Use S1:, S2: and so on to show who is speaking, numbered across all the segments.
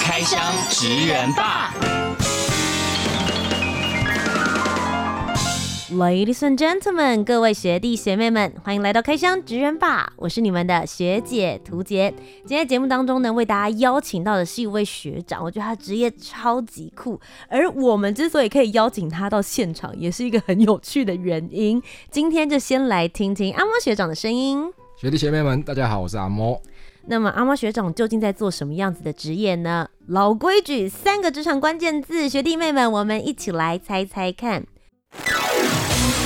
S1: 开箱职人吧。
S2: Ladies and gentlemen，各位学弟学妹们，欢迎来到开箱职人吧！我是你们的学姐涂洁。今天节目当中呢，为大家邀请到的是一位学长，我觉得他职业超级酷，而我们之所以可以邀请他到现场，也是一个很有趣的原因。今天就先来听听阿猫学长的声音。
S3: 学弟学妹们，大家好，我是阿猫。
S2: 那么阿猫学长究竟在做什么样子的职业呢？老规矩，三个职场关键字，学弟妹们，我们一起来猜猜看。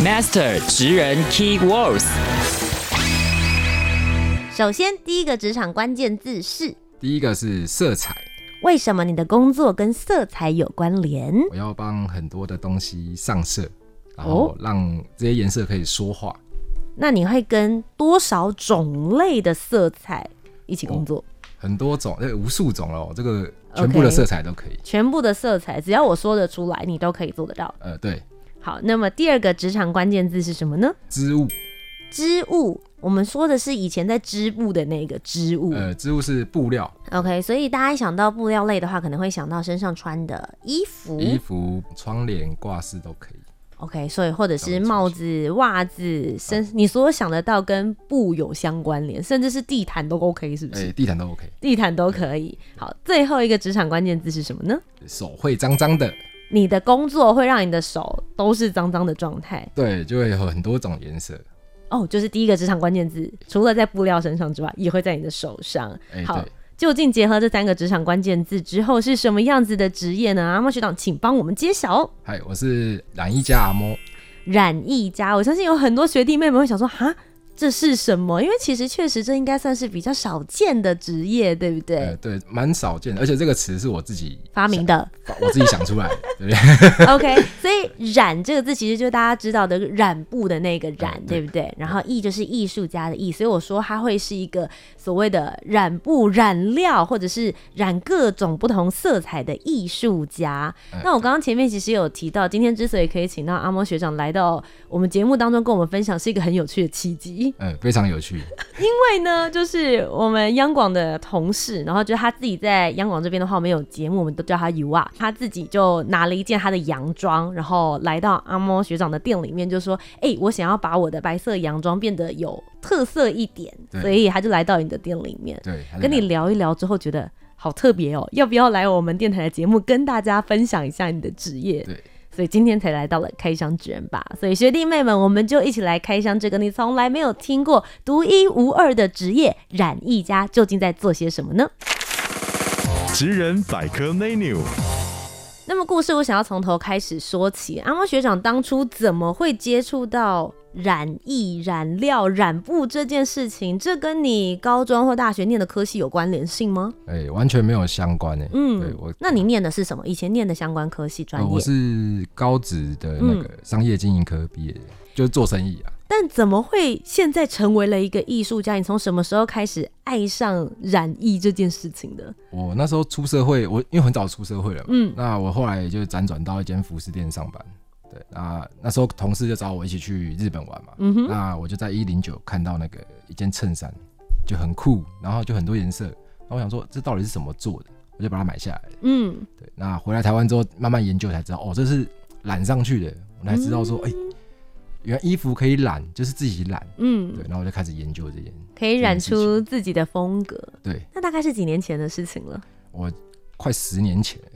S1: Master 职人 Key Words，
S2: 首先，第一个职场关键字是
S3: 第一个是色彩，
S2: 为什么你的工作跟色彩有关联？
S3: 我要帮很多的东西上色，然
S2: 哦
S3: 后让这些颜色可以说话。
S2: 那你会跟多少种类的色彩一起工作？
S3: 很多种，这无数种了哦，这个全部的色彩都可以。
S2: 全部的色彩，只要我说得出来，你都可以做得到。
S3: 呃，对，
S2: 好，那么第二个职场关键字是什么呢？
S3: 织物，
S2: 织物，我们说的是以前在织布的那个织物。
S3: 呃，织物是布料、
S2: OK，所以大家一想到布料类的话，可能会想到身上穿的衣服。
S3: 衣服、窗帘、挂饰都可以。
S2: OK，所以或者是
S3: 然后出
S2: 帽子、袜子，甚你所有想得到跟布有相关联，甚至是地毯都 OK，是不
S3: 哎、
S2: 是？
S3: 地毯都 OK。
S2: 地毯都可以。好，最后一个职场关键字是什么呢？
S3: 手会脏脏的，
S2: 你的工作会让你的手都是脏脏的状态
S3: 对，就会有很多种颜色。
S2: 哦，就是第一个职场关键字，除了在布料身上之外，也会在你的手上。
S3: 哎、
S2: 好
S3: 对，，
S2: 究竟结合这三个职场关键字之后是什么样子的职业呢？阿莫学长，请帮我们揭晓。
S3: 嗨，我是染衣家阿猫。
S2: 染疫家，我相信有很多学弟妹们会想说，哈，这是什么？因为其实确实这应该算是比较少见的职业，对不对？
S3: 呃，对，蛮少见的，而且这个词是我自己
S2: 哎发明的
S3: 想，我自己想出来的，对不对？
S2: ，OK，所以“染”这个字其实就是大家知道的染布的那个染，
S3: 嗯
S2: 对不对？然后“艺”就是艺术家的“艺”，所以我说它会是一个所谓的染布、染料，或者是染各种不同色彩的艺术家。那我刚刚前面其实有提到，今天之所以可以请到阿猫学长来到我们节目当中跟我们分享，是一个很有趣的契机。
S3: 嗯，非常有趣。
S2: 因为呢，就是我们央广的同事，然后就他自己在央广这边的话，我们有节目，我们都叫他 U 啊，他自己就拿了一件他的洋装，然后来到阿猫学长的店里面，就说：“哎、我想要把我的白色洋装变得有特色一点。”
S3: 对
S2: 所以他就来到你的店里面，
S3: 对，还是
S2: 跟你
S3: 蛮
S2: 聊一聊之后，觉得好特别哦，要不要来我们电台的节目跟大家分享一下你的职业？
S3: 对，
S2: 所以今天才来到了开箱职人吧。所以学弟妹们，我们就一起来开箱这个你从来没有听过、独一无二的职业——染艺家究竟在做些什么呢？
S4: 职人百科 menu，
S2: 那么故事我想要从头开始说起。阿猫学长当初怎么会接触到染艺、染料、染布这件事情？这跟你高中或大学念的科系有关联性吗？
S3: 哎、完全没有相关哎、
S2: 嗯
S3: 对我，
S2: 那你念的是什么？以前念的相关科系专
S3: 呃
S2: 业？嗯
S3: 我是高职的那个商业经营科毕业的，就是做生意啊。
S2: 但怎么会现在成为了一个艺术家？你从什么时候开始爱上染艺这件事情的？
S3: 我那时候出社会，我因为很早出社会了嘛，
S2: 嗯
S3: 那我后来也就辗转到一间服饰店上班。对，那那时候同事就找我一起去日本玩嘛，
S2: 嗯哼
S3: 那我就在一零九看到那个一件衬衫，就很酷，然后就很多颜色，然后我想说这到底是怎么做的，我就把它买下来了。
S2: 嗯，
S3: 对，那回来台湾之后慢慢研究才知道，哦，这是染上去的，我才知道说，哎、原来衣服可以染，就是自己染。
S2: 嗯
S3: 对，然后我就开始研究这件。
S2: 可以染
S3: 这件
S2: 出
S3: 事
S2: 自己的风格。
S3: 对
S2: 那大概是几年前的事情了。
S3: 我快十年前了，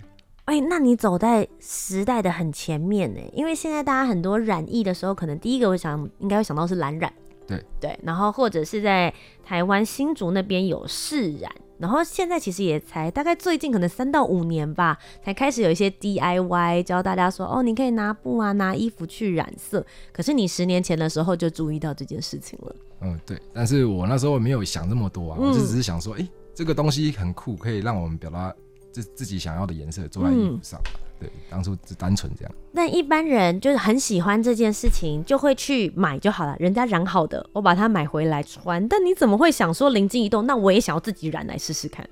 S2: 哎、那你走在时代的很前面呢，因为现在大家很多染艺的时候，可能第一个我想应该会想到是蓝染，
S3: 对
S2: 对，然后或者是在台湾新竹那边有试染，然后现在其实也才大概最近可能三到五年吧，才开始有一些 DIY 教大家说哦，你可以拿布啊拿衣服去染色，可是你十年前的时候就注意到这件事情了，
S3: 嗯，对，但是我那时候没有想这么多啊，我就只是想说，哎、这个东西很酷，可以让我们表达自自己想要的颜色做在衣服上。对，当初只单纯这样。
S2: 那一般人就是很喜欢这件事情，就会去买就好了。人家染好的，我把它买回来穿。但你怎么会想说灵机一动，那我也想要自己染来试试看？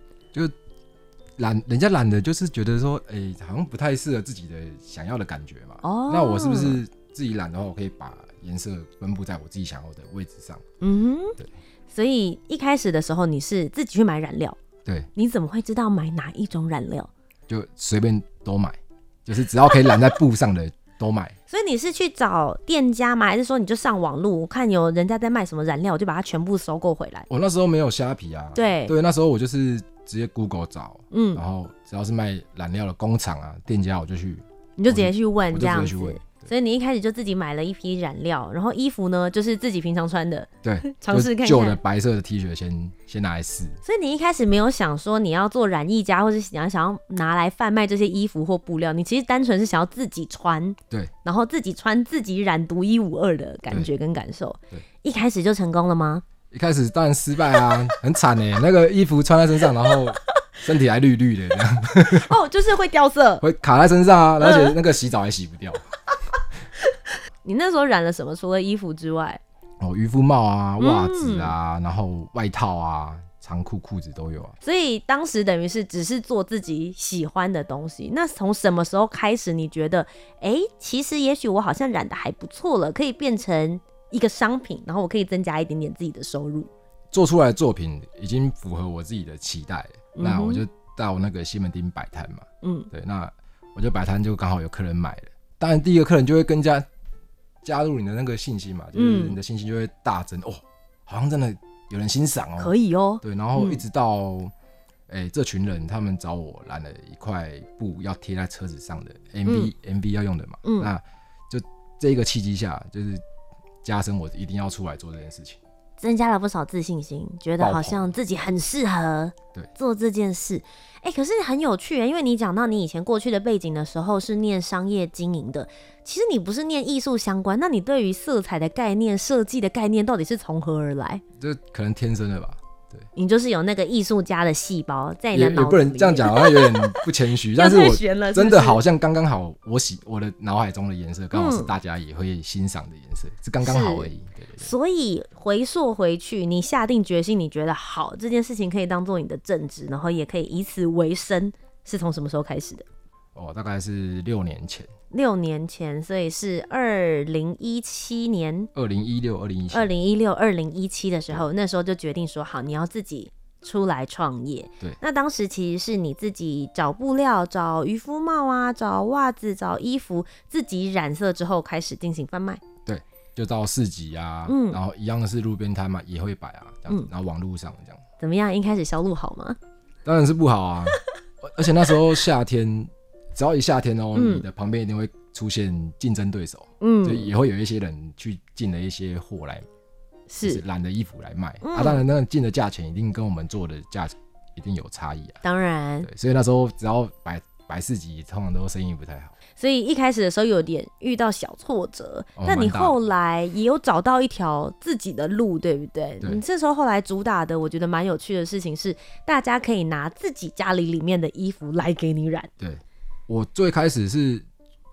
S3: 懒人家懒的，就是觉得说，哎、好像不太适合自己的想要的感觉嘛。
S2: 哦
S3: 那我是不是自己懒的话，我可以把颜色分布在我自己想要的位置上？
S2: 嗯哼
S3: 对。
S2: 所以一开始的时候你是自己去买染料，
S3: 对，
S2: 你怎么会知道买哪一种染料？
S3: 就随便都买，就是只要可以染在布上的都买。
S2: 所以你是去找店家吗？还是说你就上网路看有人家在卖什么染料，我就把它全部收购回来？
S3: 我那时候没有虾皮啊，
S2: 对
S3: 对，那时候我就是直接 Google 找，
S2: 嗯
S3: 然，后只要是卖染料的工厂啊、店家，我就去，
S2: 你就直接去问
S3: 哦我
S2: 这
S3: 就
S2: 样
S3: 直接
S2: 子
S3: 去。问。
S2: 所以你一开始就自己买了一批染料，然后衣服呢就是自己平常穿的。
S3: 对，
S2: 尝试看看
S3: 就旧的白色的 T 恤先先拿来试，
S2: 所以你一开始没有想说你要做染艺家，或是想要想要拿来贩卖这些衣服或布料，你其实单纯是想要自己穿，
S3: 对，
S2: 然后自己穿自己染独一无二的感觉跟感受
S3: 对。
S2: 一开始就成功了 吗？
S3: 一开始当然失败啊， 很惨哎、那个衣服穿在身上，然后身体还绿绿的，这样
S2: 哦，就是会掉色。
S3: 会卡在身上
S2: 嗯
S3: 啊，而且那个洗澡还洗不掉。
S2: 你那时候染了什么？除了衣服之外，
S3: 哦，渔夫帽啊、
S2: 嗯
S3: 袜子啊，然后外套啊、长裤、裤子都有啊。
S2: 所以当时等于是只是做自己喜欢的东西。那从什么时候开始，你觉得，哎、其实也许我好像染的还不错了，可以变成一个商品，然后我可以增加一点点自己的收入。
S3: 做出来的作品已经符合我自己的期待了，
S2: 嗯哼
S3: 那我就到那个西门町摆摊嘛。
S2: 嗯，
S3: 对，那我就摆摊就刚好有客人买了，当然第一个客人就会更加加入你的那个信心嘛，就是
S2: 嗯
S3: 你的信心就会大增、哦，好像真的有人欣赏哦，
S2: 可以哦、
S3: 对，然后
S2: 嗯
S3: 一直到哎、这群人他们找我染了一块布要贴在车子上的 MV、MV 要用的嘛，
S2: 嗯
S3: 那就这个契机下，就是加深我一定要出来做这件事情。
S2: 增加了不少自信心，觉得
S3: 爆棚
S2: 好像自己很适合
S3: 对
S2: 做这件事。哎、可是很有趣耶，因为你讲到你以前过去的背景的时候是念商业经营的，其实你不是念艺术相关，那你对于色彩的概念、设计的概念到底是从何而来？
S3: 这可能天生的吧，
S2: 你就是有那个艺术家的细胞在你
S3: 也
S2: 的
S3: 也
S2: 脑
S3: 不
S2: 子里
S3: 能这样讲，好像有点不 谦虚。
S2: 又
S3: 但是
S2: 太
S3: 我
S2: 悬了是不
S3: 真的
S2: 是
S3: 好像刚刚好，我喜我的脑海中的颜色刚好是
S2: 嗯
S3: 大家也会欣赏的颜色，是刚刚好
S2: 是
S3: 而已。对对对，
S2: 所以回溯回去，你下定决心，你觉得好这件事情可以当做你的正职，然后也可以以此为生，是从什么时候开始的？
S3: 哦，大概是六年前，
S2: 六年前，所以是二零一七年、
S3: 二零一六、二零一七
S2: 二，零一六、二零一七的时候，那时候就决定说好，你要自己出来创业。
S3: 对
S2: 那当时其实是你自己找布料、找渔夫帽啊、找袜子、找衣服，自己染色之后开始进行贩卖。
S3: 就到市集啊，
S2: 嗯
S3: 然后一样是路边摊嘛，也会摆啊，这样子，
S2: 嗯
S3: 然后网络上这样，
S2: 怎么样？一开始销路好吗？
S3: 当然是不好啊。 而而且那时候夏天，只要一夏天哦，
S2: 嗯
S3: 你的旁边一定会出现竞争对手，就
S2: 嗯，
S3: 也会有一些人去进了一些货来，就是
S2: 是。
S3: 染的衣服来卖。
S2: 嗯
S3: 啊，当然那个进的价钱一定跟我们做的价钱一定有差异啊。
S2: 当然，
S3: 对，所以那时候只要摆摆市集，通常都生意不太好。
S2: 所以一开始的时候有点遇到小挫折，
S3: 哦
S2: 但你
S3: 蛮大的
S2: 后来也有找到一条自己的路，对不对？
S3: 对
S2: 你这时候后来主打的，我觉得蛮有趣的事情是，大家可以拿自己家里里面的衣服来给你染，
S3: 对我最开始是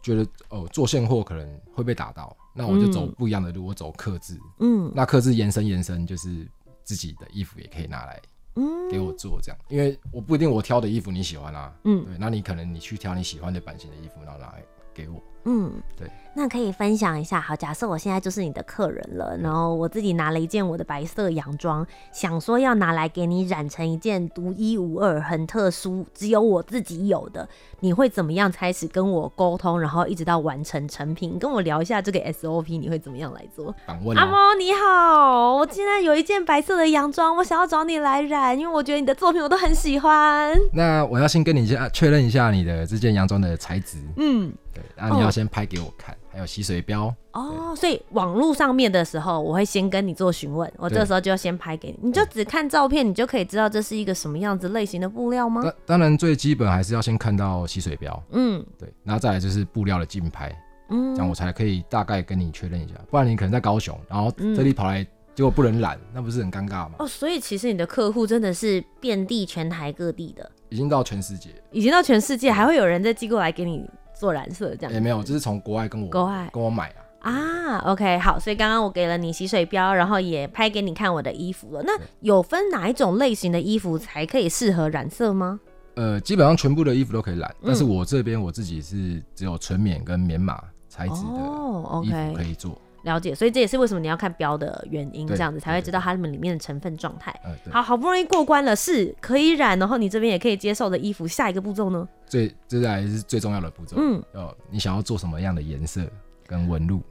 S3: 觉得哦，做现货可能会被打到，那我就走
S2: 嗯
S3: 不一样的路，我走克制。
S2: 嗯
S3: 那克制延伸延伸，就是自己的衣服也可以拿来
S2: 嗯
S3: 给我做这样，因为我不一定我挑的衣服你喜欢啊，
S2: 嗯
S3: 对，那你可能你去挑你喜欢的版型的衣服，然后拿来给我。
S2: 嗯，
S3: 对。
S2: 那可以分享一下，好，假设我现在就是你的客人了，然后我自己拿了一件我的白色洋装，想说要拿来给你染成一件独一无二、很特殊、只有我自己有的，你会怎么样开始跟我沟通，然后一直到完成成品？跟我聊一下这个 SOP，你会怎么样来做？
S3: 访问
S2: 阿
S3: 啊，
S2: 猫你好，我现在有一件白色的洋装，我想要找你来染，因为我觉得你的作品我都很喜欢。
S3: 那我要先跟你先确认一下你的这件洋装的材质，
S2: 嗯，
S3: 对，那你要
S2: 哦
S3: 先拍给我看，还有洗水标，
S2: 哦，所以网络上面的时候，我会先跟你做询问，我这
S3: 对
S2: 时候就要先拍给你，你就只看照片，你就可以知道这是一个什么样子类型的布料吗？
S3: 当当然最基本还是要先看到洗水标，
S2: 嗯
S3: 对，然后再来就是布料的竞拍，
S2: 嗯
S3: 这样我才可以大概跟你确认一下，不然你可能在高雄，然后
S2: 嗯哦
S3: 这里跑来结果不能染，那不是很尴尬吗？
S2: 哦，所以其实你的客户真的是遍地全台各地的，
S3: 已经到全世界，
S2: 已经到全世界，还会有人再寄过来给你做染色这样
S3: 也、没有，这是从国外跟我
S2: 国外
S3: 跟我买啊，
S2: 啊？OK，好，所以刚刚我给了你洗水标，然后也拍给你看我的衣服了。那有分哪一种类型的衣服才可以适合染色吗？
S3: 呃，基本上全部的衣服都可以染，但是
S2: 嗯
S3: 我这边我自己是只有纯棉跟棉麻材质
S2: 哦
S3: 的
S2: ，OK
S3: 衣服可以做，
S2: 了解，所以这也是为什么你要看标的原因，这
S3: 对
S2: 样子才
S3: 对
S2: 会
S3: 对
S2: 知道它们里面的成分状态。
S3: 呃，对，
S2: 好好不容易过关了，是可以染，然后你这边也可以接受的衣服，下一个步骤呢？
S3: 最接下来是最重要的步骤，
S2: 嗯，
S3: 哦，你想要做什么样的颜色跟纹路？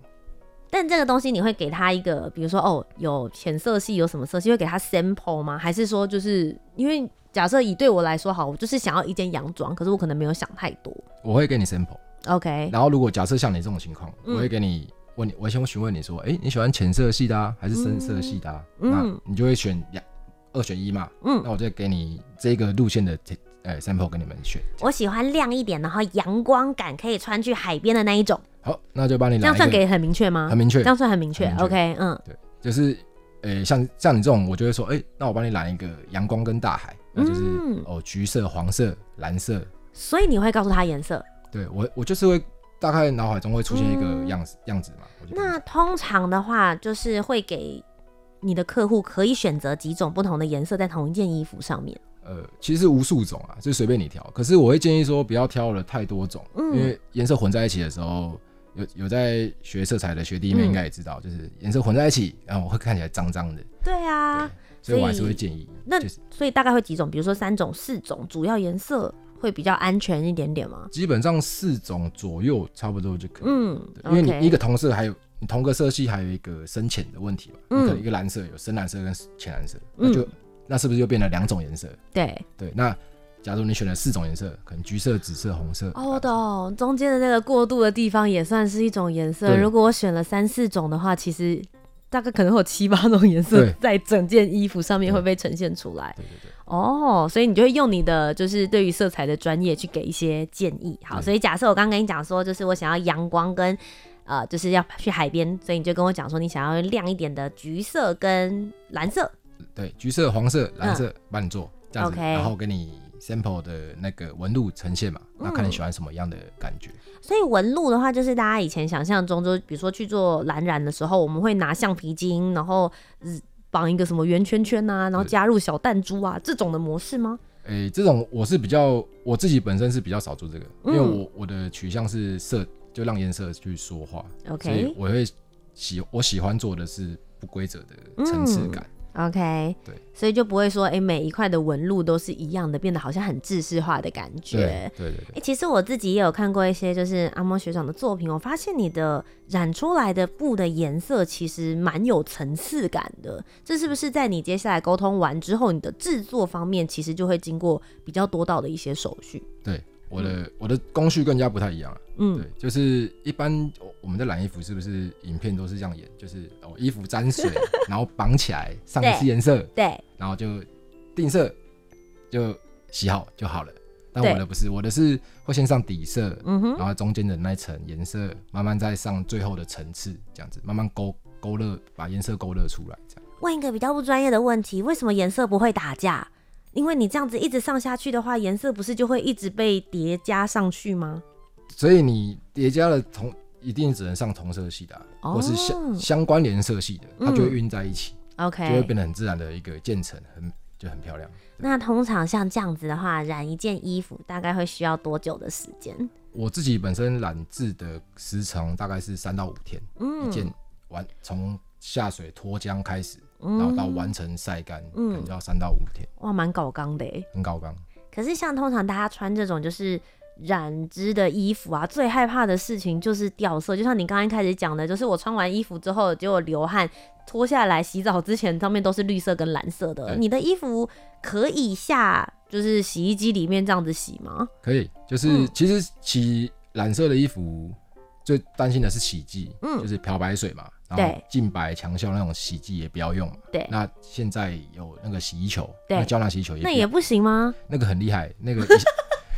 S2: 但这个东西你会给他一个，比如说哦，有浅色系，有什么色系，会给他 sample 吗？还是说就是因为假设以对我来说好，我就是想要一件洋装，可是我可能没有想太多。
S3: 我会给你 sample，
S2: OK，
S3: 然后如果假设像你这种情况，
S2: 哎嗯
S3: 我会给你问你，我先询问你说，哎、你喜欢浅色系的、啊、还是深色系的、啊？
S2: 嗯嗯
S3: 那你就会选两二选一嘛。
S2: 嗯
S3: 那我就给你这个路线的呃 sample 给你们选。
S2: 我喜欢亮一点，然后阳光感可以穿去海边的那一种，
S3: 好，那就帮你
S2: 这
S3: 拿一
S2: 样
S3: 个
S2: 算给很明确吗？
S3: 很明确
S2: 这样算很明确。
S3: 很明确
S2: OK，嗯，
S3: 对，就是呃像像你这种，我就会说，哎、那我帮你染一个阳光跟大海，那就是、
S2: 嗯
S3: 哦橘色、黄色、蓝色，
S2: 所以你会告诉他颜色。
S3: 对我我就是会大概脑海中会出现一
S2: 哦
S3: 个样子、样子嘛。我就跟你
S2: 那通常的话，就是会给你的客户可以选择几种不同的颜色在同一件衣服上面。
S3: 呃，其实无数种啊，就随便你挑。可是我会建议说，不要挑了太多种，
S2: 嗯
S3: 因为颜色混在一起的时候，有有在学色彩的学弟
S2: 嗯
S3: 们应该也知道，就是颜色混在一起，然后会看起来脏脏的，
S2: 对啊，
S3: 所以我还是
S2: 所以
S3: 会建议，
S2: 那
S3: 就是
S2: 所以大概会几种，比如说三种、四种主要颜色会比较安全一点点吗？
S3: 基本上四种左右差不多就可以。
S2: 嗯
S3: 对因为
S2: OK
S3: 你一个同色还有。你同个色系还有一个深浅的问题嘛？
S2: 嗯
S3: 你可能一个蓝色有深蓝色跟浅蓝色，那就、那是不是就变了两种颜色？
S2: 对，
S3: 对，那假如你选了四种颜色，可能橘色、紫色、红色。
S2: 哦，我
S3: 蓝色
S2: 懂，中间的那个过渡的地方也算是一种颜色。
S3: 对
S2: 如果我选了三四种的话，其实大概可能会有七八种颜色
S3: 对
S2: 在整件衣服上面
S3: 对
S2: 会被呈现出来。
S3: 对对对。
S2: 哦，所以你就会用你的就是对于色彩的专业去给一些建议。好，
S3: 对
S2: 所以假设我刚刚跟你讲说，就是我想要阳光跟呃，就是要去海边，所以你就跟我讲说你想要亮一点的橘色跟蓝色。
S3: 对，橘色、黄色、蓝色帮你做这样
S2: 嗯
S3: 子，
S2: OK
S3: 然后给你 sample 的那个纹路呈现嘛，那
S2: 嗯
S3: 看你喜欢什么样的感觉。
S2: 所以纹路的话，就是大家以前想象中，就比如说去做蓝染的时候，我们会拿橡皮筋，然后呃绑一个什么圆圈圈啊，然后
S3: 对
S2: 加入小弹珠啊这种的模式吗？
S3: 诶、这种我是比较我自己本身是比较少做这个，因为
S2: 嗯
S3: 我我的取向是色，就让颜色去说话
S2: OK
S3: 所以我会喜我喜欢做的是不规则的层
S2: 嗯
S3: 次感。
S2: OK，
S3: 对，
S2: 所以就不会说，哎、每一块的纹路都是一样的，变得好像很制式化的感觉
S3: 对。对对
S2: 哎、
S3: 对，
S2: 其实我自己也有看过一些就是阿猫学长的作品，我发现你的染出来的布的颜色其实蛮有层次感的。这是不是在你接下来沟通完之后，你的制作方面其实就会经过比较多道的一些手续？
S3: 对我的、我的工序跟人家不太一样啊。
S2: 嗯
S3: 对，就是一般我我们在染衣服是不是影片都是这样演，就是哦衣服 沾水，然后绑起来上一次
S2: 对
S3: 颜色，
S2: 对，
S3: 然后就定色，就洗好就好了。但
S2: 对
S3: 我的不是，我的是会先上底色，
S2: 嗯哼，
S3: 然后中间的那一层颜色，慢慢再上最后的层次，这样子慢慢勾勾勒，把颜色勾勒出来，这样。
S2: 问一个比较不专业的问题，为什么颜色不会打架？因为你这样子一直上下去的话，颜色不是就会一直被叠加上去吗？
S3: 所以你叠加了同，一定只能上同色系的啊、
S2: 哦嗯
S3: 或是相相关联色系的，它就会晕在一起，就会
S2: OK，
S3: 变得很自然的一个渐层，很就很漂亮。
S2: 那通常像这样子的话，染一件衣服大概会需要多久的时间？
S3: 我自己本身染制的时长大概是三到五天，
S2: 嗯
S3: 一件完从下水脱浆开始，
S2: 嗯
S3: 然后到完成晒干，可能就要三到五天，
S2: 哇，蛮搞刚的哎。
S3: 很高纲。
S2: 可是像通常大家穿这种就是染织的衣服啊，最害怕的事情就是掉色。就像你刚刚一开始讲的，就是我穿完衣服之后，结果流汗，脱下来洗澡之前上面都是绿色跟蓝色的。
S3: 对
S2: 你的衣服可以下就是洗衣机里面这样子洗吗？
S3: 可以，就是、
S2: 嗯
S3: 其实洗染色的衣服最担心的是洗剂，
S2: 嗯
S3: 就是漂白水嘛，然
S2: 对
S3: 后净白强效那种洗剂也不要用嘛。
S2: 对
S3: 那现在有那个洗衣球，
S2: 对
S3: 那胶囊洗衣球也
S2: 那
S3: 不
S2: 也不行吗？
S3: 那个很厉害，那个一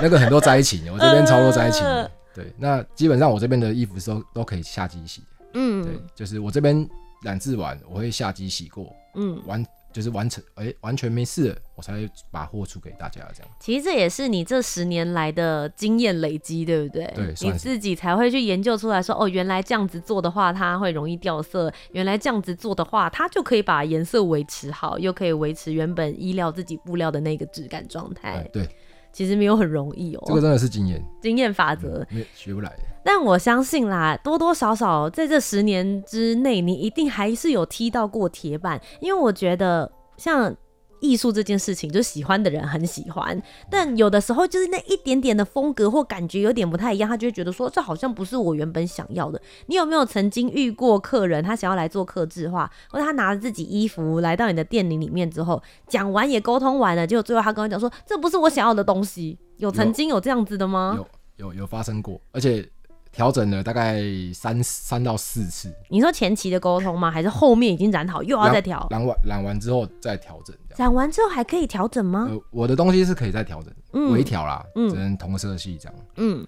S3: 那个很多灾情，我这边超多灾情
S2: 呃
S3: 的。对，那基本上我这边的衣服都都可以下机洗。对
S2: 嗯，
S3: 就是我这边染制完，我会下机洗过，
S2: 嗯
S3: 完就是完成，哎、完全没事了，我才把货出给大家这样。
S2: 其实这也是你这十年来的经验累积，对不对？
S3: 对
S2: 你
S3: 算是
S2: 自己才会去研究出来说，哦，原来这样子做的话，它会容易掉色；原来这样子做的话，它就可以把颜色维持好，又可以维持原本衣料自己布料的那个质感状
S3: 哎
S2: 态，。
S3: 对，
S2: 其实没有很容易哦，
S3: 这个真的是经验，
S2: 经验法则。
S3: 没有学不来的。
S2: 但我相信啦，多多少少在这十年之内，你一定还是有踢到过铁板，因为我觉得像。艺术这件事情，就喜欢的人很喜欢，但有的时候就是那一点点的风格或感觉有点不太一样，他就会觉得说这好像不是我原本想要的。你有没有曾经遇过客人，他想要来做客制化，或者他拿着自己衣服来到你的店里里面之后，讲完也沟通完了，结果最后他跟我讲说这不是我想要的东西，有曾经有这样子的吗？
S3: 有有有发生过，而且调整了大概三三到四次，
S2: 你说前期的沟通吗？还是后面已经染好又要
S3: 染
S2: 再调？啊
S3: 染完染完之后再调整这样。
S2: 染完之后还可以调整吗？
S3: 呃，我的东西是可以再调整，
S2: 嗯
S3: 微调啦，
S2: 嗯
S3: 只能同色系这样。
S2: 嗯，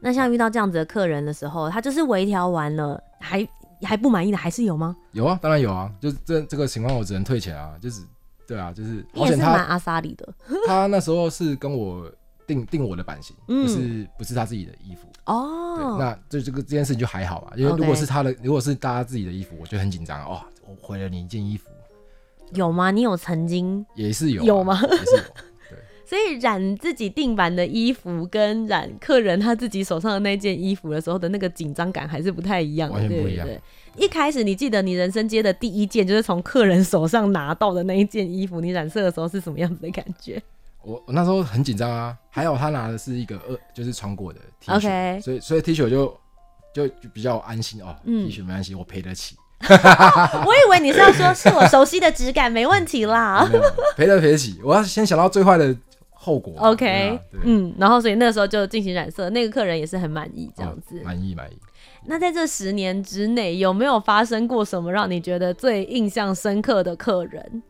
S2: 那像遇到这样子的客人的时候，他就是微调完了还还不满意的，还是有吗？
S3: 有啊，当然有啊，就是这这个情况我只能退钱啊，就是对啊，就是
S2: 你也
S3: 好险
S2: 是蛮
S3: 他
S2: 阿萨里的
S3: 他那时候是跟我定定我的版型，
S2: 嗯
S3: 不是不是他自己的衣服。对，
S2: 哦。
S3: 那这这个这件事情就还好嘛，因为
S2: OK
S3: 如果是他的，如果是大家自己的衣服，我就很紧张哦，我毁了你一件衣服，
S2: 有吗？你有曾经？
S3: 也是有、啊、
S2: 有吗
S3: 也是有，对，
S2: 所以染自己定版的衣服跟染客人他自己手上的那件衣服的时候的那个紧张感还是不太一样的，
S3: 完全不一样
S2: 对对对一开始你记得你人生接的第一件就是从客人手上拿到的那一件衣服，你染色的时候是什么样子的感觉？
S3: 我我那时候很紧张啊，还好他拿的是一个二，就是穿过的 T 恤
S2: OK
S3: 所以所以 T 恤就就就比较安心哦、
S2: 嗯
S3: t 恤没关系，我赔得起，
S2: 我以为你是要说是我熟悉的质感，没问题啦。
S3: 没有赔得赔得起，我要先想到最坏的后果啊、对
S2: OK，
S3: 啊、对
S2: 嗯，然后所以那个时候就进行染色，那个客人也是很满意这样
S3: 哦
S2: 子。
S3: 满、意满意。
S2: 那在这十年之内，有没有发生过什么让你觉得最印象深刻的客人？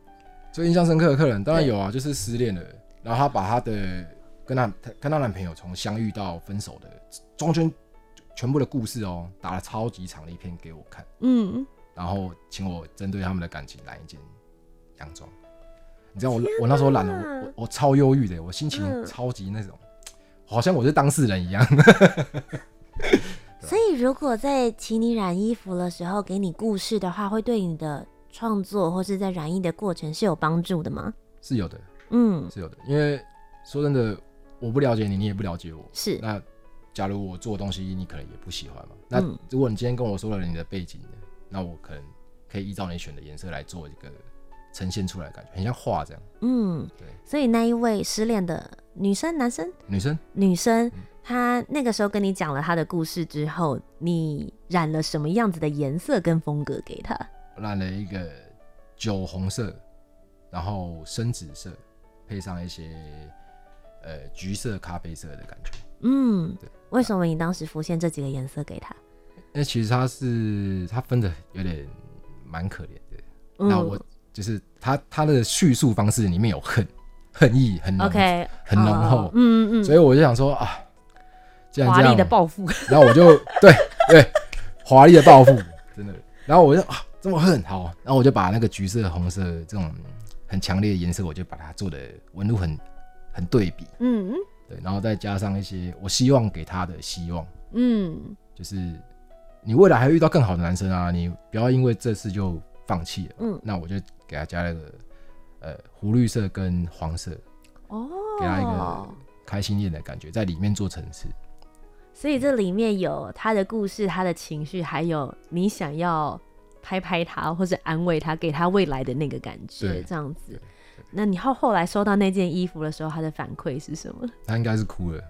S3: 最印象深刻的客人当然有啊，就是失恋了，然后她把她的跟她她跟她男朋友从相遇到分手的中间全部的故事哦，打了超级长的一篇给我看，
S2: 嗯，
S3: 然后请我针对他们的感情染一件洋装。你知道我我那时候染了，我我我超忧郁的，我心情超级那种，好像我是当事人一样。啊
S5: 所以如果在请你染衣服的时候给你故事的话，会对你的创作或是在染衣的过程是有帮助的吗？
S3: 是有的，
S5: 嗯，
S3: 是有的，因为说真的，我不了解你，你也不了解我，
S5: 是
S3: 那假如我做的东西你可能也不喜欢嘛，那
S2: 嗯
S3: 如果你今天跟我说了你的背景，那我可能可以依照你选的颜色来做一个呈现出来的感觉，很像画这样。
S5: 嗯
S3: 对，
S5: 所以那一位失恋的女生、男生、
S3: 女生
S5: 女生，
S3: 嗯
S5: 她那个时候跟你讲了她的故事之后，你染了什么样子的颜色跟风格给她？
S3: 染了一个酒红色，然后深紫色，配上一些呃橘色、咖啡色的感觉。
S5: 嗯，为什么你当时浮现这几个颜色给她？
S3: 那其实它是它分的有点蛮可怜的。
S2: 嗯
S3: 那我就是它它的叙述方式里面有恨、恨意很浓
S2: OK，
S3: 很浓厚。
S2: 哦嗯嗯
S3: 所以我就想说啊，既
S2: 嗯，
S3: 然
S2: 华
S3: 这
S2: 丽
S3: 样，
S2: 的报复，
S3: 然后我就对对华丽的报复，真的。然后我就啊这么恨，好，然后我就把那个橘色、红色这种很强烈的颜色，我就把它做的纹路很很对比，
S2: 嗯
S3: 对，然后再加上一些我希望给他的希望，
S2: 嗯，
S3: 就是你未来还会遇到更好的男生啊，你不要因为这次就放弃了。
S2: 嗯
S3: 那我就给他加了个呃湖绿色跟黄色，
S2: 哦，
S3: 给他一个开心一点的感觉，在里面做层次。
S2: 所以这里面有他的故事、他的情绪，还有你想要拍拍他或者安慰他，给他未来的那个感觉，
S3: 对
S2: 这样子。那你后后来收到那件衣服的时候，他的反馈是什么？
S3: 他应该是哭了，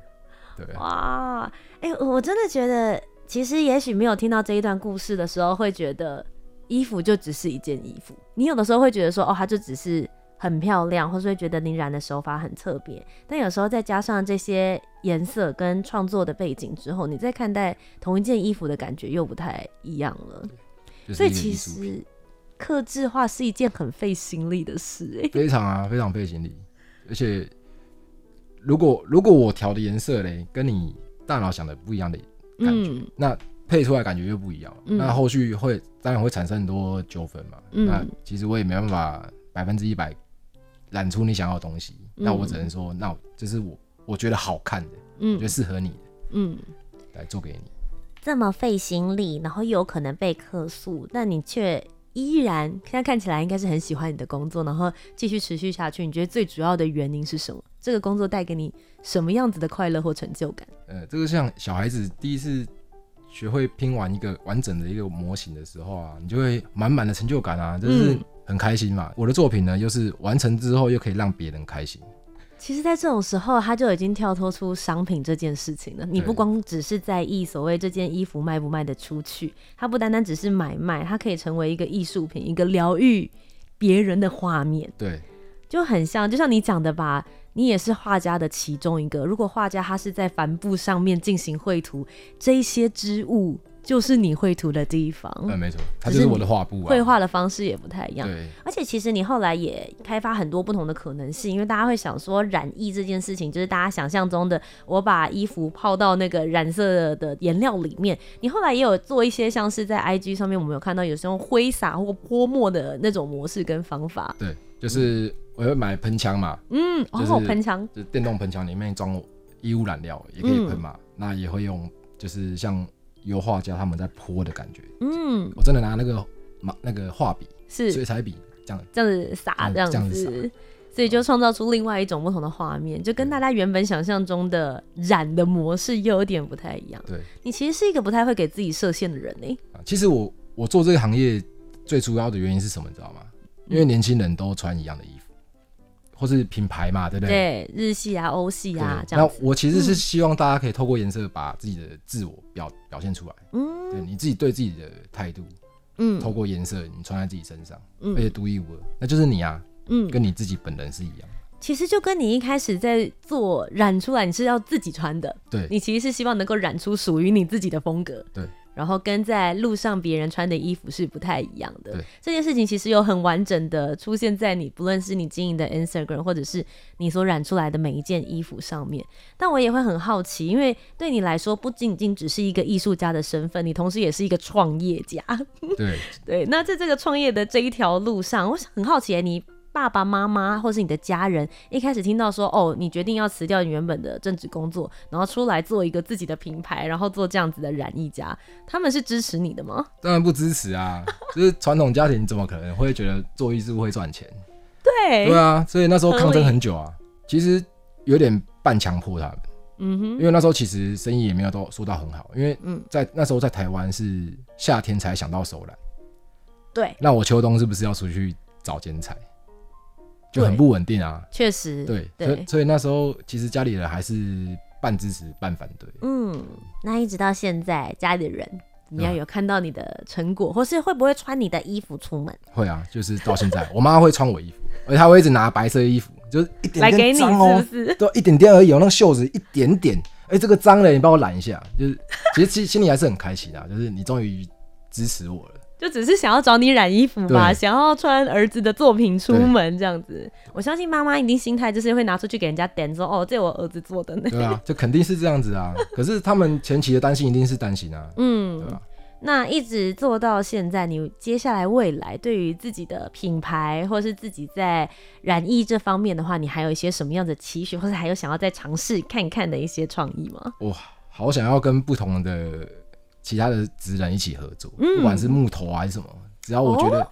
S3: 对，
S2: 哇，哎、我我真的觉得，其实也许没有听到这一段故事的时候，会觉得衣服就只是一件衣服。你有的时候会觉得说，哦，它就只是很漂亮，或是会觉得你染的手法很特别。但有时候再加上这些颜色跟创作的背景之后，你再看待同一件衣服的感觉又不太一样了。
S3: 嗯就
S2: 所
S3: 是
S2: 以
S3: 一个
S2: 其
S3: 艺术品，
S2: 实。克制化是一件很费心力的事、哎，
S3: 非常啊，非常费心力。而且，如果如果我调的颜色嘞，跟你大脑想的不一样的感觉，
S2: 嗯
S3: 那配出来感觉就不一样。
S2: 嗯
S3: 那后续会当然会产生很多纠纷嘛。
S2: 嗯
S3: 那其实我也没办法百分之一百染出你想要的东西，
S2: 嗯
S3: 那我只能说，那我这是我我觉得好看的，我觉得
S2: 嗯
S3: 适合你的
S2: 嗯，
S3: 来做给你。
S2: 这么费心力，然后又有可能被客诉，但你却依然现在看起来应该是很喜欢你的工作，然后继续持续下去。你觉得最主要的原因是什么？这个工作带给你什么样子的快乐或成就感？
S3: 呃，这个像小孩子第一次学会拼完一个完整的一个模型的时候啊，你就会满满的成就感啊，就是
S2: 嗯
S3: 很开心嘛。我的作品呢，又是完成之后又可以让别人开心，
S2: 其实，在这种时候，他就已经跳脱出商品这件事情了。你不光只是在意所谓这件衣服卖不卖得出去，它不单单只是买卖，它可以成为一个艺术品，一个疗愈别人的画面。
S3: 对，
S2: 就很像，就像你讲的吧，你也是画家的其中一个。如果画家他是在帆布上面进行绘图，这一些织物就是你绘图的地方，
S3: 嗯、没错，它
S2: 只
S3: 就是是我
S2: 你
S3: 的画布啊，
S2: 绘画的方式也不太一样。
S3: 对，
S2: 而且其实你后来也开发很多不同的可能性，因为大家会想说染艺这件事情，就是大家想象中的我把衣服泡到那个染色的颜料里面。你后来也有做一些像是在 IG 上面我们有看到有时候挥洒或泼墨的那种模式跟方法。
S3: 对，就是我会买喷枪嘛，
S2: 嗯，
S3: 就是
S2: 哦，喷枪，
S3: 就是电动喷枪里面装衣物染料也可以喷嘛，
S2: 嗯
S3: 那也会用就是像油画家他们在泼的感觉，
S2: 嗯，
S3: 我真的拿那个马那个画笔、水
S2: 是
S3: 彩笔这样，
S2: 这样子撒
S3: 嗯
S2: 这样
S3: 这样子嗯
S2: 子。所以就创造出另外一种不同的画面，就跟大家原本想象中的染的模式又有点不太一样。
S3: 对。
S2: 你其实是一个不太会给自己设限的人欸呢、
S3: 啊，其实我我做这个行业最主要的原因是什么，你知道吗？
S2: 嗯
S3: 因为年轻人都穿一样的衣服，或是品牌嘛，对不对？
S2: 对，日系啊、欧系
S3: 对
S2: 啊这样
S3: 那
S2: 子。
S3: 我其实是希望大家可以透过颜色把自己的自我表表现出来，
S2: 嗯
S3: 对你自己对自己的态度，
S2: 嗯
S3: 透过颜色你穿在自己身上，
S2: 嗯
S3: 而且独一无二，那就是你啊，
S2: 嗯，
S3: 跟你自己本人是一样。
S2: 其实就跟你一开始在做染出来，你是要自己穿的，
S3: 对
S2: 你其实是希望能够染出属于你自己的风格。
S3: 对。
S2: 然后跟在路上别人穿的衣服是不太一样的
S3: 对。
S2: 这件事情其实有很完整的出现在你不论是你经营的 Instagram，或者是你所染出来的每一件衣服上面。但我也会很好奇，因为对你来说不仅仅只是一个艺术家的身份，你同时也是一个创业家。
S3: 对，
S2: 对，那在这个创业的这一条路上，我很好奇，哎你爸爸妈妈或是你的家人一开始听到说，哦，你决定要辞掉你原本的正职工作，然后出来做一个自己的品牌，然后做这样子的染艺家，他们是支持你的吗？
S3: 当然不支持啊， 就是传统家庭怎么可能会觉得做艺术会赚钱？
S2: 对
S3: 对啊，所以那时候抗
S2: 合理
S3: 争很久啊，其实有点半强迫他们。
S2: 嗯
S3: 因
S2: 哼，
S3: 为那时候其实生意也没有到说到很好，因为
S2: 嗯
S3: 在那时候在台湾是夏天才想到手染，
S2: 对，
S3: 那我秋冬是不是要出去找剪彩，就很
S2: 对
S3: 不稳定啊？
S2: 确实，
S3: 对，所以
S2: 对，
S3: 所以那时候其实家里人还是半支持半反对，
S2: 嗯，那一直到现在，家里的人。你要有看到你的成果，或是会不会穿你的衣服出门？
S3: 会啊，就是到现在我妈会穿我衣服，而且她会一直拿白色的衣服，就是一点
S2: 来给
S3: 点
S2: 你是
S3: 脏哦
S2: 不，是？
S3: 都一点点而已哦，那个袖子一点点，哎、这个脏了，你帮我染一下，就是其实 其实心里还是很开心啊，就是你终于支持我了。
S2: 就只是想要找你染衣服吧，
S3: 对
S2: 想要穿儿子的作品出门这样子。我相信妈妈一定心态就是会拿出去给人家点说，哦，这我儿子做的呢。
S3: 对啊，这肯定是这样子啊。 可是他们前期的担心一定是担心啊，对
S2: 嗯
S3: 吧，？
S2: 那一直做到现在，你接下来未来对于自己的品牌或是自己在染艺这方面的话，你还有一些什么样的期许，或是还有想要再尝试看看的一些创意吗？
S3: 哇，好想要跟不同的其他的职人一起合作，
S2: 嗯
S3: 不管是木头啊还是什么，只要我觉
S2: 哦
S3: 得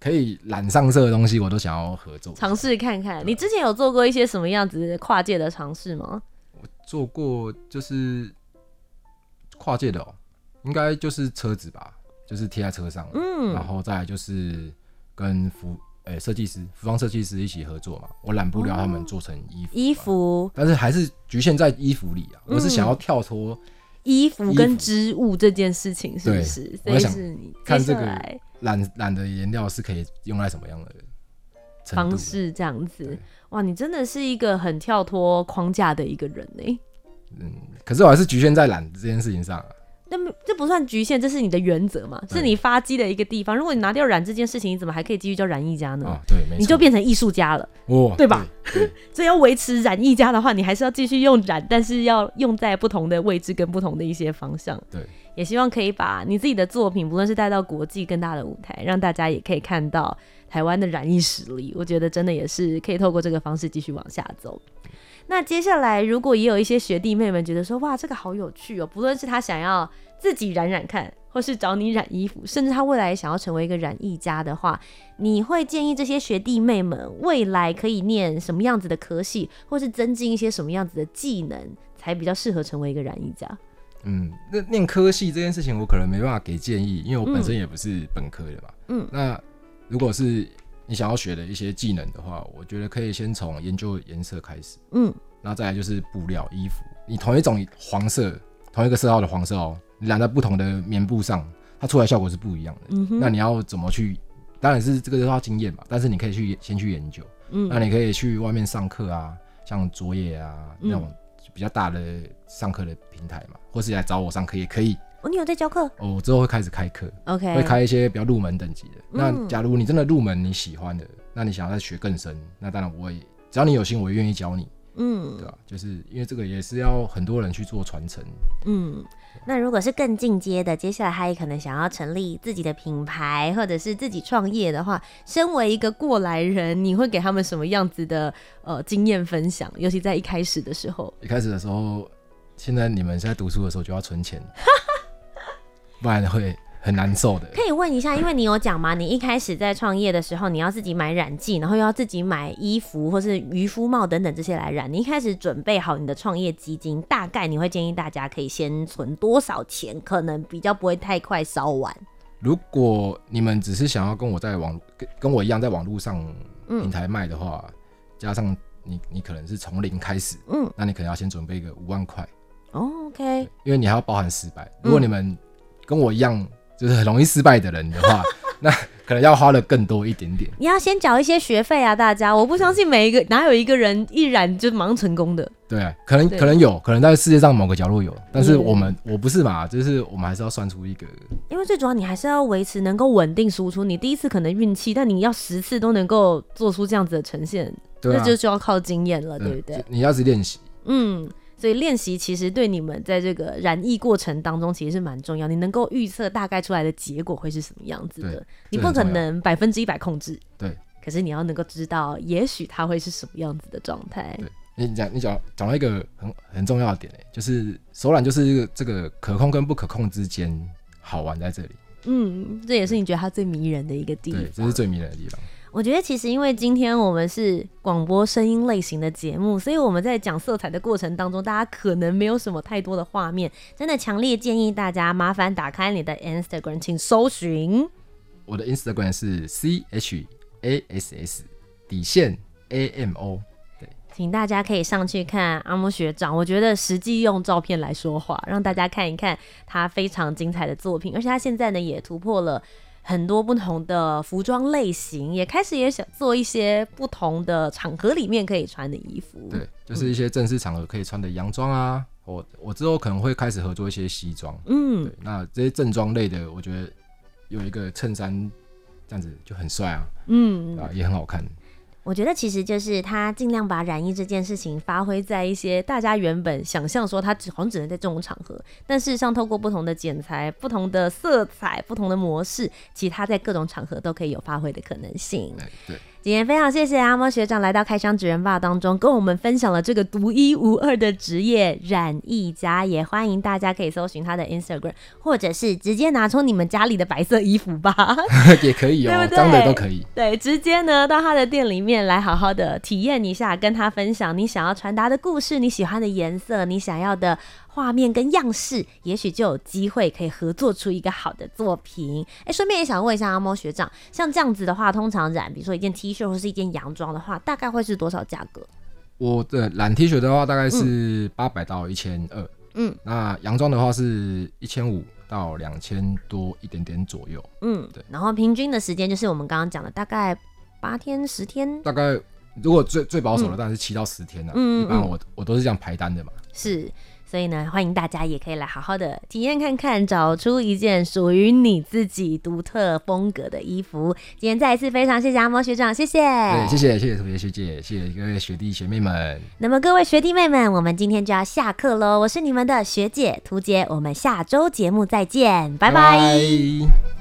S3: 可以染上色的东西，我都想要合作。
S2: 尝试看看，你之前有做过一些什么样子跨界的尝试吗？
S3: 做过就是跨界的哦，应该就是车子吧，就是贴在车上，
S2: 嗯
S3: 然后再来就是跟服诶设计师、服装设计师一起合作嘛，我染布料他们做成衣服，
S2: 衣。服、
S3: 但是还是局限在衣服里啊，
S2: 嗯
S3: 我是想要跳脱
S2: 衣服
S3: 衣
S2: 跟
S3: 服
S2: 织物这件事情是不
S3: 对
S2: 是？
S3: 我
S2: 所以
S3: 在想
S2: 是你
S3: 看这
S2: 接下
S3: 个
S2: 来
S3: 染染的颜料是可以用在什么样的程度
S2: 方？式这样子
S3: 对。
S2: 哇，你真的是一个很跳脱框架的一个人欸呢、
S3: 嗯，可是我还是局限在染这件事情上、啊。
S2: 那么这不算局限，这是你的原则嘛，
S3: 对
S2: 是你发迹的一个地方。如果你拿掉染这件事情，你怎么还可以继续叫染艺家呢？
S3: 啊，对，没错，
S2: 嗯你就变成艺术家了。
S3: 哦，
S2: 对吧
S3: 对？对
S2: 所以要维持染艺家的话，你还是要继续用染，但是要用在不同的位置跟不同的一些方向。
S3: 对，
S2: 也希望可以把你自己的作品，不论是带到国际更大的舞台，让大家也可以看到台湾的染艺实力，我觉得真的也是可以透过这个方式继续往下走。那接下来，如果也有一些学弟妹们觉得说，哇，这个好有趣哦，不论是他想要自己染染看，或是找你染衣服，甚至他未来想要成为一个染艺家的话，你会建议这些学弟妹们未来可以念什么样子的科系，或是增进一些什么样子的技能，才比较适合成为一个染艺家？
S3: 嗯，那念科系这件事情，我可能没办法给建议，因为我本身也不是本科的嘛。
S2: 嗯
S3: 那如果是你想要学的一些技能的话，我觉得可以先从研究颜色开始，
S2: 嗯，
S3: 然后再来就是布料、衣服。你同一种黄色，同一个色号的黄色哦，你染在不同的棉布上，它出来效果是不一样的。
S2: 嗯哼
S3: 那你要怎么去？当然是这个要经验嘛，但是你可以去先去研究。
S2: 嗯
S3: 那你可以去外面上课啊，像卓野啊
S2: 嗯
S3: 那种比较大的上课的平台嘛，或是来找我上课也可以。
S2: 哦，你有在教课
S3: 哦我之后会开始开课，
S2: ？OK，
S3: 会开一些比较入门等级的。
S2: 嗯
S3: 那假如你真的入门你喜欢的，那你想要再学更深，那当然我也只要你有心，我也愿意教你，
S2: 嗯
S3: 对吧、就是因为这个也是要很多人去做传承。
S2: 嗯，
S5: 那如果是更进阶的，接下来他也可能想要成立自己的品牌，或者是自己创业的话，
S2: 身为一个过来人，你会给他们什么样子的呃经验分享？尤其在一开始的时候，
S3: 一开始的时候，现在你们现在读书的时候就要 存钱，不然会很难受的。
S5: 可以问一下，因为你有讲嘛，你一开始在创业的时候，你要自己买染剂，然后又要自己买衣服或是渔夫帽等等这些来染。你一开始准备好你的创业基金，大概你会建议大家可以先存多少钱，可能比较不会太快烧完。
S3: 如果你们只是想要跟我在网跟跟我一样在网络上
S5: 嗯
S3: 平台卖的话，加上你你可能是从零开始，
S5: 嗯
S3: 那你可能要先准备个五万块，
S5: 哦，OK，
S3: 因为你还要包含失败。如果你们跟我一样就是很容易失败的人的 话，那可能要花的更多一点点。
S2: 你要先缴一些学费啊，大家，我不相信每一个哪有一个人一染就马上成功的。
S3: 对啊，可能
S2: 对
S3: 可能有可能在世界上某个角落有，但是
S2: 嗯
S3: 我们、我不是嘛，就是我们还是要算出一个
S2: 因为最主要你还是要维持能够稳定输出，你第一次可能运气，但你要十次都能够做出这样子的呈现，
S3: 对啊
S2: 那就需要靠经验了，对不
S3: 嗯
S2: 对
S3: 就？你要是练习，
S2: 嗯，所以练习其实对你们在这个染疫过程当中其实是蛮重要，你能够预测大概出来的结果会是什么样子的
S3: 对，
S2: 你
S3: 这
S2: 不
S3: 很
S2: 可
S3: 重要
S2: 能百分之一百控制，
S3: 对。
S2: 可是你要能够知道，也许它会是什么样子的状态。
S3: 对你讲你讲讲到一个很很重要的点、欸、就是手染就是这个可控跟不可控之间好玩在这里，
S2: 嗯，这也是你觉得它最迷人的一个地
S3: 对，这
S2: 方
S3: 是。最迷人的地方。
S2: 我觉得其实因为今天我们是广播声音类型的节目，所以我们在讲色彩的过程当中，大家可能没有什么太多的画面。真的强烈建议大家麻烦打开你的 Instagram，请搜寻
S3: 我的 Instagram 是 C H A S S 底线 A M O，
S2: 请大家可以上去看阿木学长，我觉得实际用照片来说话，让大家看一看他非常精彩的作品，而且他现在呢也突破了。很多不同的服装类型，也开始也想做一些不同的场合里面可以穿的衣服。
S3: 对，就是一些正式场合可以穿的洋装啊。我我之后可能会开始合作一些西装，
S2: 嗯
S3: 对，，那这些正装类的，我觉得有一个衬衫这样子就很帅啊，
S2: 嗯，
S3: 啊也很好看。
S5: 我觉得其实就是他尽量把染疫这件事情发
S2: 发挥在一些大家原本想象说它只好像只能在这种场合，但事实上透过不同的剪裁、不同的色彩、不同的模式，其实它在各种场合都可以有发挥的可能性。
S3: 对对，
S2: 今天非常谢谢阿猫学长来到《开箱职人吧》当中，跟我们分享了这个独一无二的职业染艺家，也欢迎大家可以搜寻他的 Instagram，或者是直接拿出你们家里的白色衣服吧。
S3: 也可以
S2: 对
S3: 哦，
S2: 不对
S3: 脏的都可以。
S2: 对，直接呢到他的店里面来好好的体验一下，跟他分享你想要传达的故事、你喜欢的颜色、你想要的画面跟样式，也许就有机会可以合作出一个好的作品。哎，顺便也想问一下阿猫学长，像这样子的话，通常染，比如说一件 T 恤或是一件洋装的话，大概会是多少价格？
S3: 我的染 T 恤的话，大概是八百到一千二，
S2: 嗯，
S3: 那洋装的话是一千五到两千多一点点左右，
S2: 嗯
S3: 对，
S2: 然后平均的时间就是我们刚刚讲的，大概八天十天
S3: 大概如果最最保守的当然是七到十天了、啊
S2: 嗯嗯
S3: 一般我我都是这样排单的嘛，
S2: 是，所以呢，欢迎大家也可以来好好的体验看看，找出一件属于你自己独特风格的衣服。今天再一次非常谢谢阿猫学长，谢谢。
S3: 对，谢谢谢谢同学学姐，谢谢各位学弟学妹们，
S2: 那么各位学弟妹们，我们今天就要下课喽。我是你们的学姐涂姐，我们下周节目再见，拜拜
S3: 拜